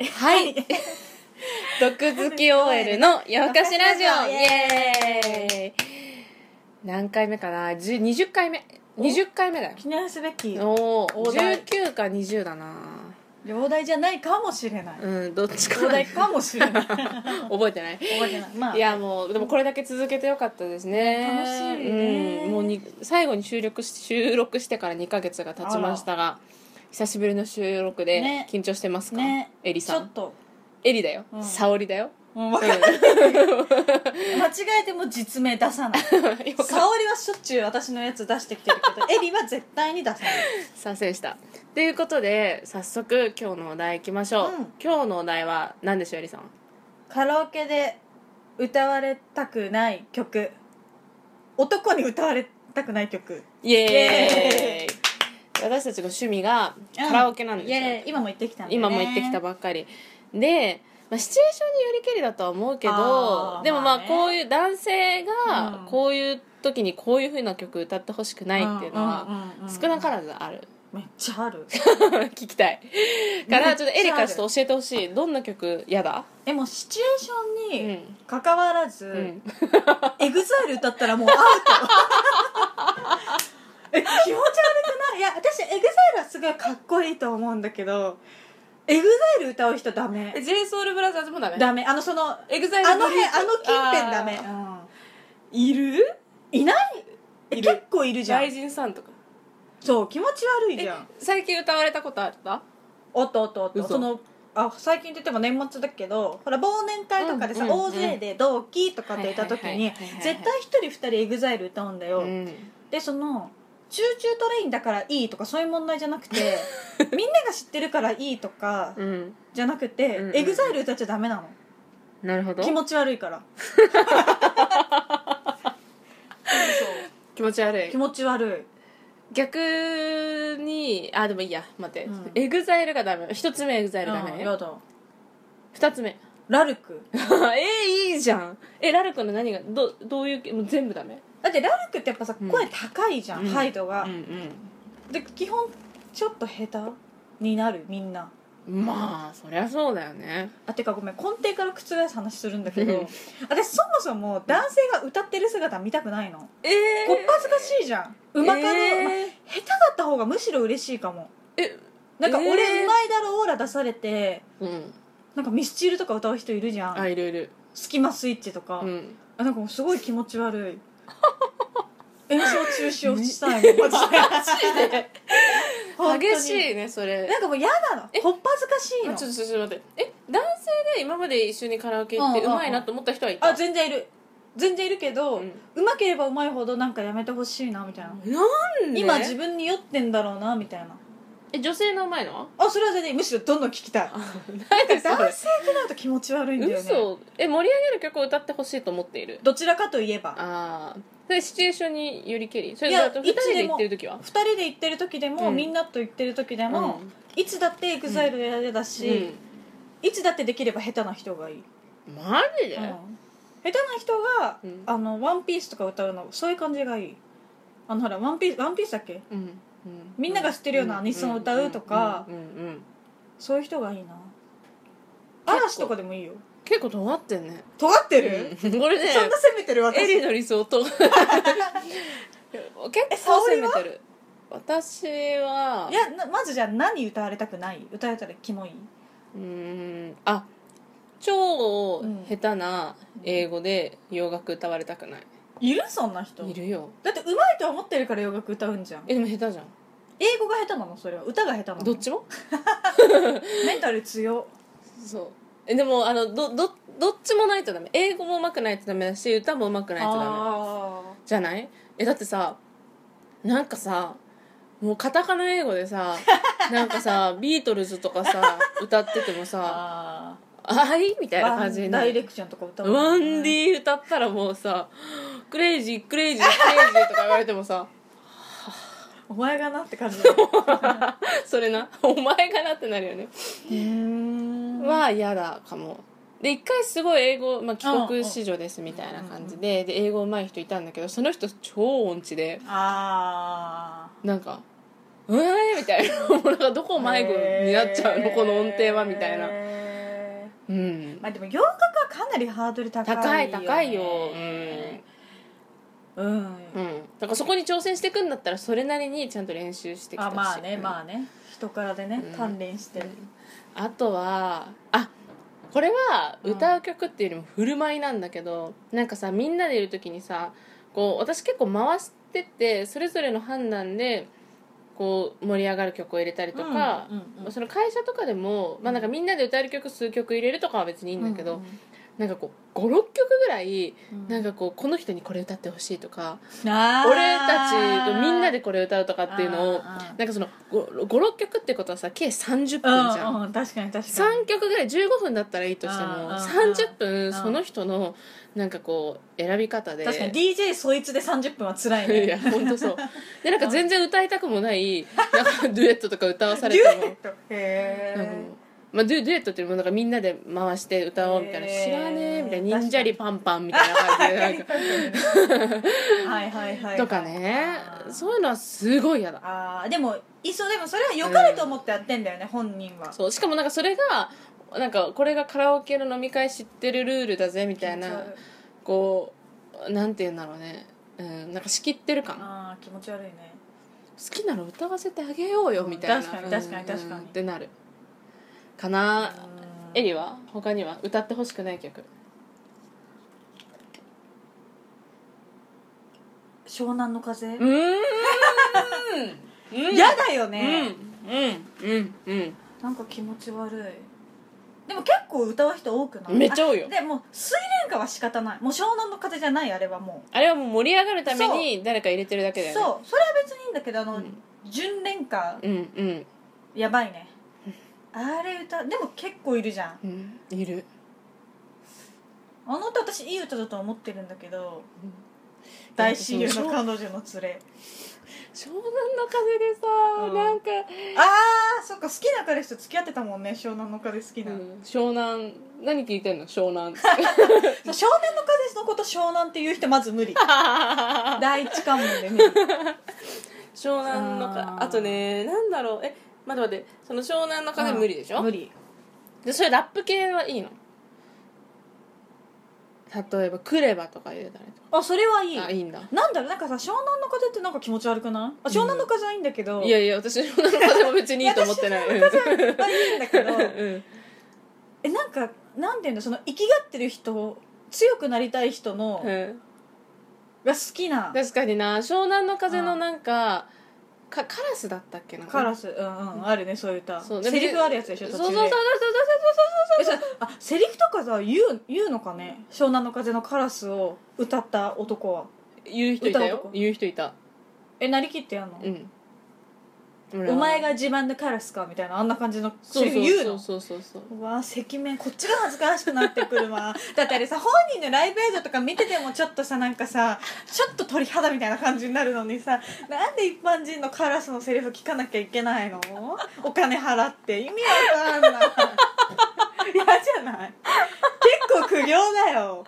はい。 毒好き OL の夜更かしラジオイエーイ何回目かな10 20回目。20回目だよ。記念すべきおお大台19か20だな容体じゃないかもしれないうん、どっちか容だ体かもしれ ない覚覚えてないえてないまあいやもうでもこれだけ続けてよかったですね楽しいねうん、もうに最後に収録し収録してから2ヶ月が経ちましたが久しぶりの収録でね緊張してますか、ねエリちさょっんとエリだよ、うん沙織だよ、もうわか うん間違えても実名 出さないよかった沙織はしょっちゅう私のやつ出してきてる けどエリは絶対に出さない賛成したということで早速今日のお題いきましょう、うん今日のお題は何でしょうエリさんカラオケで歌われたくない曲男に歌われたくない曲イエーイイエ私たちの趣味がカラオケなんですよ、イエーイ今も行ってきたんだよ今ねも行ってきたばっかりで、まあ、シチュエーションによりけりだとは思うけどあーでもまあまあねこういう男性うがんこういう時にこういう風な曲歌ってほしくないっていうのうんはうんうんうん少なからずある めっちゃある聞きたいからちょっとエリカめっちゃあるちょっと教えてほしいどんな曲嫌だでもシチュエーシうョンにん、かかわらず、うん、エグザイル歌ったらもう アウトえ気持ち悪くないいや私エグザイルはすごいかっこいいと思うんだけどエグザイル歌う人ダメ j s o u l b r o t h e もダメダメあのそのエグザイルあの辺あの近辺ダメ、うんいるいないえいる結構いるじゃ大ん臣さんとかそう気持ち悪いじゃん最近歌われたことあったおっとおっとおっと嘘そのあ最近って言っても年末だけどほら忘年会とかでさ、うんうんうん大勢で同期とかっていた時はいはいにはいはいはい絶対一人二人エグザイル歌うんだよ、うんでそのチューチュートレインだからいいとかそういう問題じゃなく てみんなが知ってるからいいとかうんじゃなくて、うんうんエグザイル歌っちゃダメなのなるほど気持ち悪い からそうそう気持ち悪い気持ち悪逆にあでもいいや待って、うんエグザイルがダメ一つ目エグザいイルダうんメやだ二つ目 ラルクえいいじゃんえラルクの何がどどういうもう全部ダメだってラルクってやっぱさうん声高いじゃん、うんハイドが、んで基本ちょっと下手になるみんなうんまあそりゃそうだよねあてかごめん根底から覆す話するんだけうんど私そもそも男性が歌ってる姿見たくないのこえっえぱずかしいじゃんうまかの、まえ下手だった方がむしろ嬉しいかもえなんえかー俺うまいだろオーラ出されてーうんなんかミスチルとか歌う人いるじゃん、あいるいるスキマスイッチとか、うんあなんかもうすごい気持ち悪 い演奏中止をしたい もんマジで本当に激しいねそれなんかもう嫌なのえこっぱずかしいあのちょっとちょっと待ってえ男性で今まで一緒にカラオケ行ってうんううんうんまいなと思った人はいたあ全然いる全然いるけど、ううんまければうまいほどなんかやめてほしいなみたいな、なんで今自分に酔ってんだろうなみたいなえ女性のうまいのはあそれは全然いいむしろどんどん聞きたい何でそれ男性ってなると気持ち悪いんだよね嘘え盛り上げる曲を歌ってほしいと思っているどちらかといえばああそれシチュエーションによりけりそれいだやと2人でいつで行もってる時は2人で行ってる時でも、うんみんなと行ってる時でも、いつだってエグザイルやれだし、いつだってできれば下手な人がいい、うんマジで、うん下手な人が、うんあのワンピースとか歌うのそういう感じがいいあのほらワンピースワンピースだっけうんうんみんなが知ってるようなアニソンを歌うとかうんうんうんうんそういう人がいいな構嵐とかでもいいよ結構尖ってんね、尖ってうん、これね攻めてるエリの理想と結構攻めてる私はいやなまずじゃあ何歌われたくない歌われたらキモい、うーんあ超下手な英語で洋楽歌われたくない、いるそんな人いるよだってうまいと思ってるから洋楽歌うんじゃんえでも下手じゃん英語が下手なのそれは歌が下手なのどっちもメンタル強そうえでもあのどどどっちもないとダメ英語もうまくないとダメだし歌もうまくないとダメあじゃないえだってさなんかさもうカタカナ英語でさなんかさビートルズとかさ歌っててもさあ「はい?」みたいな感じワにンなダイレるクションとか歌うワンディィー歌ったらもうさ「クレイジークレイジークレイジー」とか言われてもさお前がなって感じだよそれなお前がなってなるよねうーんは嫌だかもで一回すごい英語、まあ、帰国子女ですみたいな感じでで英語上手い人いたんだけどその人超音痴であなんか「うえー」みたいなもうなんかどこ迷子になっちゃうのこの音程はみたいなへうんーまあでも洋楽はかなりハードル高い高いね高いようんうんうんだからそこに挑戦していくんだったらそれなりにちゃんと練習してきたあしまあねあまあね人からでねうん鍛錬してあとはあこれは歌う曲っていうよりも振る舞いなんだけど、なんかさみんなでいる時にさこう私結構回してってそれぞれの判断でこう盛り上がる曲を入れたりとか、うんうんうんその会社とかでも、まあ、なんかみんなで歌える曲数曲入れるとかは別にいいんだけど、なんかこう56曲ぐらいなんかこうこの人にこれ歌ってほしいとか、俺俺たちとみんなでこれ歌うとかっていうのをあーなんかその56曲ってことはさ計30分じゃんうんうん確かに確かに3曲ぐらい15分だったらいいとしてもうんうん30う分んその人のなんかこう選び方で 確かに DJ そいつで30分は辛いいねや本当そうでなんか全然歌いたくも ないなんかデュエットとか歌わされデュてエもットなんかもうへまあ、デュデュエットっていうのもなんかみんなで回して歌おうみたいな「へー知らねえ」みたいな「忍者りパンパン」みたいな感じ でなんかえはいはいはいとかねあーそういうのはすごい嫌だあーでもいっそでもそれは良かれと思ってやってんだよね本人はそうしかもなんかそれがなんかこれがカラオケの飲み会知ってるルールだぜみたい気持ちな悪いこうなんて言うんだろうね、うん、なんか仕切ってる感好あー気持ち悪いねきなら歌わせてあげようようんみたいな確かに確かにうん確かにってなるかなうんエリは他には歌ってほしくない曲湘南の風うーんうん嫌だようねんうんうんなんか気持ち悪いでも結構歌う人多くなういんめっちゃ多いよあでもう水蓮花は仕方ないもう湘南の風じゃないあれはもうあれはもう盛り上がるために誰か入れてるだけだよねそうそれは別にいいんだけどあの、うん純恋歌うんうんやばいねあれ歌でも結構いるじゃんうんいるあの歌私いい歌だと思ってるんだけど大親友の彼女の連れ湘南の風でさ、うんなんか、ああそっか好きな彼氏と付き合ってたもんね湘南の風好きな、うん湘南何聞いてんの湘 南そう少年の風のこと湘南っていう人ま ず無理第一関門でね湘南のあかーあとねなんだろうえ待って待ってその湘南の風無理でしょ、無理でそれラップ系はいいの例えば「クレバ」とか入れたりとあそれはいいかあいいんだなんだろうなんかさ湘南の風ってなんか気持ち悪くないあ湘南の風はいいんだけど、いやいや私湘南の風も別にいいと思ってないうんいっぱいいいんだ けどうんえなんかなんていうんだその生きがってる人強くなりたい人の、うんが好きな確かにな湘南の風のなんかかカラスだったっけなカラスうんうんあるねそういう歌そうでセリフあるやつでしょそう途そうそう中そうそうでそうえそれあセリフとかさ言う言うのかね「湘南の風のカラス」を歌った男は言う人いた歌よ男言う人いたえなりきってやんの、うんお前が自慢のカラスかみたいなあんな感じのセそうリそフう言うのそうそうそうそううわー赤面こっちが恥ずかしくなってくるわ だってあれさ本人のライブ映像とか見ててもちょっとさなんかさちょっと鳥肌みたいな感じになるのにさなんで一般人のカラスのセリフ聞かなきゃいけないのお金払って意味わかんない 嫌じゃない結構苦行だよ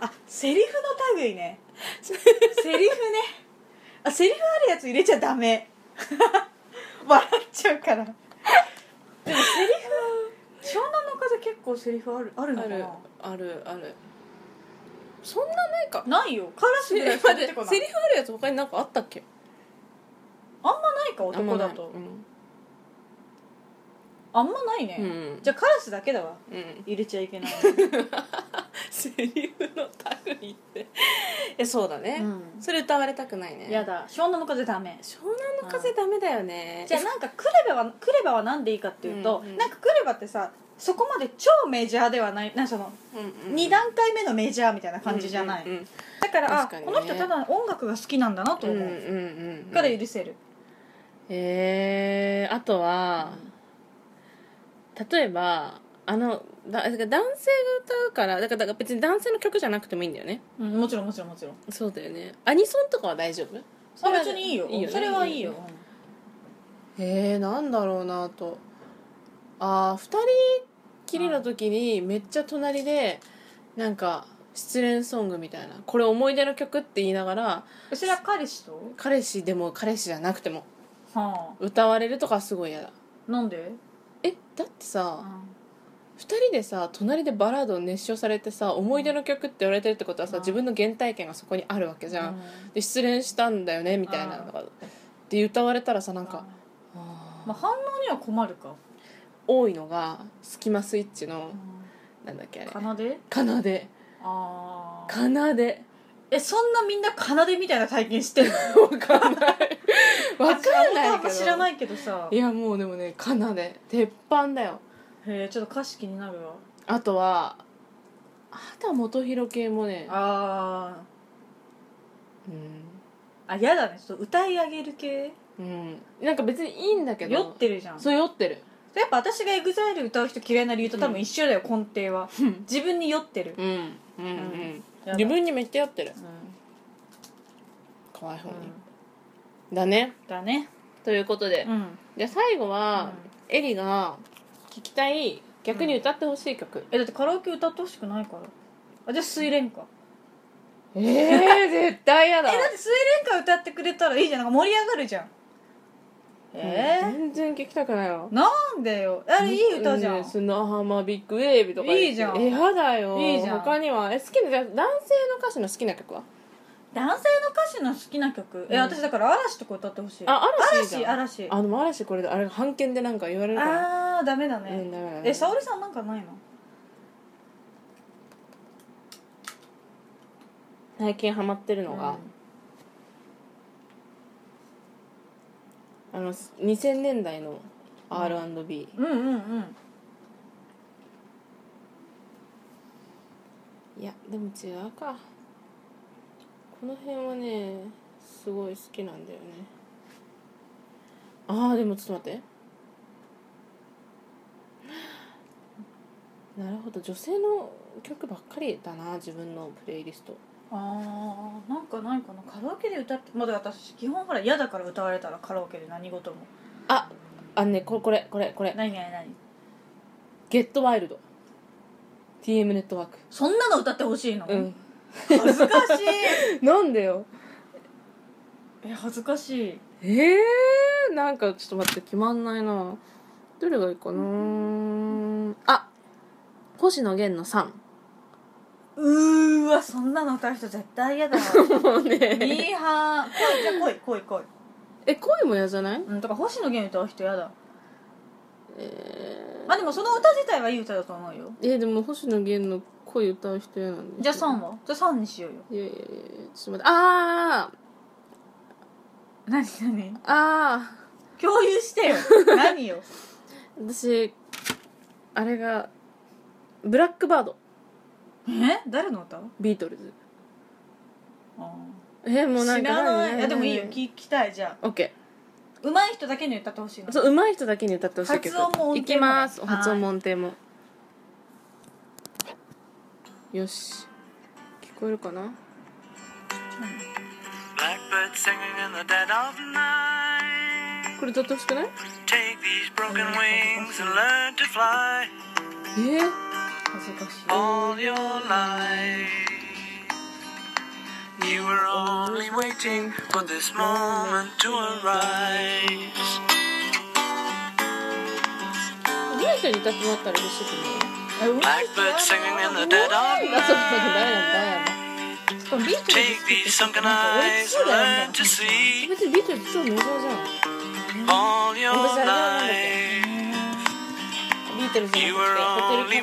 あセリフの類ねセリフねあセリフあるやつ入れちゃダメ 笑っちゃうからでもセリフ湘南の風結構セリフあるあるのあかなるあるあるそんなない かないよカラスえぐらいし待っか出ててこなセいリフあるやつ他に何かあったっけあんまないか男だとあんまないあんまないね、うんうんじゃあカラスだけだわうん入れちゃいけない、セリフの類って えそうだねうんそれ歌われたくないねやだ湘南の風ダメ湘南の風ダメだよねじゃあなんかクレバはクレバはなんでいいかっていうと、うんうんなんかクレバってさそこまで超メジャーではないなんかその2段段階目のメジャーみたいな感じじゃない、うんだからあ確かにねこの人ただ音楽が好きなんだなとうん思うう、んうんうんから許せる、えー、あとは例えばあのだだから男性が歌うからだからだから別に男性の曲じゃなくてもいいんだよねうん、もちろんもちろんもちろんそうだよねアニソンとかは大丈夫それは別にいいよそれはいいよ、えー、なんだろうなとああ2人きりの時にめっちゃ隣でなんか失恋ソングみたいなこれ思い出の曲って言いながらそれは彼氏と彼氏でも彼氏じゃなくてもは歌われるとかはすごい嫌だあなんでえだってさあ2人でさ隣でバラードを熱唱されてさ思い出の曲って言われてるってことはさうん自分の原体験がそこにあるわけじゃん、で失恋したんだよねみたいなのがで歌われたらさなんか、あーまあ、反応には困るか多いのがスキマスイッチのなんだっけあれ奏で奏でああ奏でえそんなみんな奏でみたいな体験してるの わかんないわかんない私あけんまど知らないけどさいやもうでもね奏で鉄板だよへえちょっと歌詞気になるわあとはあとは元宏系もねあうーあやだねちょっと歌い上げる系ん、うん、なんか別にいいんだけど酔ってるじゃんそう酔ってるやっぱ私が EXILE 歌う人嫌いな理由と多分一緒だよ、根底はうん自分に酔ってる、うんうんううんんやだ自分にめっちゃ酔ってるうんかわいそうに、うだねんだねということで、うんじゃあ最後うんは、エリが聴きたい逆に歌ってほしい曲、えだってカラオケ歌ってほしくないからあじゃあ「睡蓮花」えー、絶対嫌だえだって「睡蓮花」歌ってくれたらいいじゃんなんか盛り上がるじゃんえー、全然聴きたくないわなんでよあれいい歌じゃん、う砂浜ビッグウェーブとか言っていいじゃんえやだよいいじゃん他にはえ好きなじゃあ男性の歌手の好きな曲は男性の歌手の好きな曲、えうん私だから嵐とか歌ってほしいあ嵐じゃ嵐ん嵐ああの嵐これであれ半券でなんか言われるからあーダメだね、うんダメだねえ沙織さんなんかないの最近ハマってるのが、あの2000年代の R&B、うん、うんうんうんいやでも違うかこの辺はねすごい好きなんだよねああでもちょっと待ってなるほど女性の曲ばっかりだな自分のプレイリストあーなんかないかなカラオケで歌ってまだ私基本ほら嫌だから歌われたらカラオケで何事もああのねこれこれこれこれ何何何「ゲットワイルド TM ネットワークそんなの歌ってほしいの、うん恥ずかしい なんでよえ恥ずかしいえー、なんかちょっと待って決まんないなどれがいいかなあ星野源の「さんうーわそんなの歌う人絶対嫌だミ」 もうねーハー来いじゃあ来い来い来いえ声も嫌じゃないうんとか星野源歌う人嫌だえまあでもその歌自体はいい歌だと思うよー、えでも星野源の声歌う人嫌なんですよじゃあ3はじゃあ3にしようよいやいやいやちょっと待ってあー何何あ共有してよ何よー私あれが「ブラックバードえ誰の歌あ」ビートルズーえもうなんか知らない何いやでもいいよ聞聞きたいじゃオッケあ上手い人だけに歌ってほしいのーそう上手い人だけに歌ってほしい曲発音も音程もいきますはい発音も音程もよし聞こえるかな Blackbird singing in the dead of night. これ歌ってほしくない Take these broken wings and learn to fly えー、恥ずかしい all your life. You were only waiting for this moment to arise. リアちゃんに歌ってもらったら嬉しいけどねえ上手い人 Blackbird singing in the dead of あそうそうそう誰 night. なんだ誰なんだしかもビートルズ好き Take って these 人って sunken なんか俺 eyes そう and だよみたい learn な to see 別にビートルズ超無謀じゃ all your Because I don't know that. んビ life. ートルズじゃ You な were くてホテルキャ only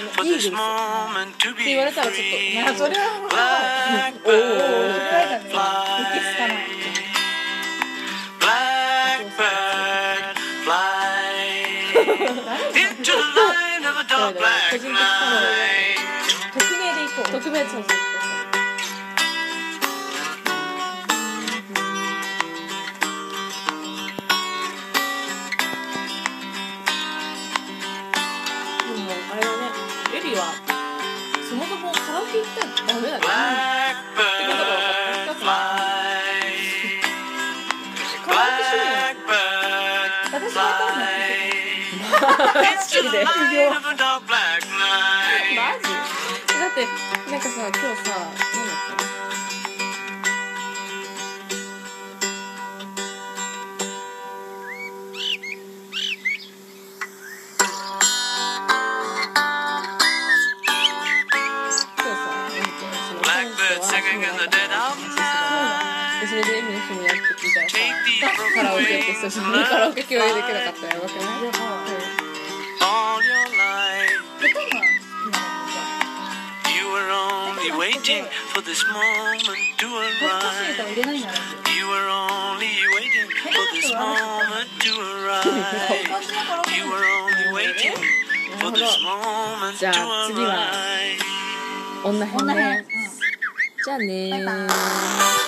リ フォ for ルニアのイーグルスっ this moment to て be 言われたらちょっと free. まあそれは Blackbird Oh. fly. Blackbird fly. 誰だ Into the light of a dark black night. 匿名で行こう特別な曲だでもあれだねエリはそもそもカラオケ行ったらダメだね Blackbird fly. カラオケ趣味なの Blackbird fly. マ Into the light of a dark black night. マジだってなんかさ今日さなんだっけれでみんなもやってみたらさ Take these カ broken ラオケって wings 久しぶりにカラオケ共有できなかったらやばくない、うん、 all your life. 歌が好きな You were only waiting for this moment to の難しい歌を arrive. 入れないなら You were only waiting for this moment to arrive. 感じだから You were only waiting for this moment to じゃあ次は arrive. 女編ね女編、うんじゃあねーバイバーイ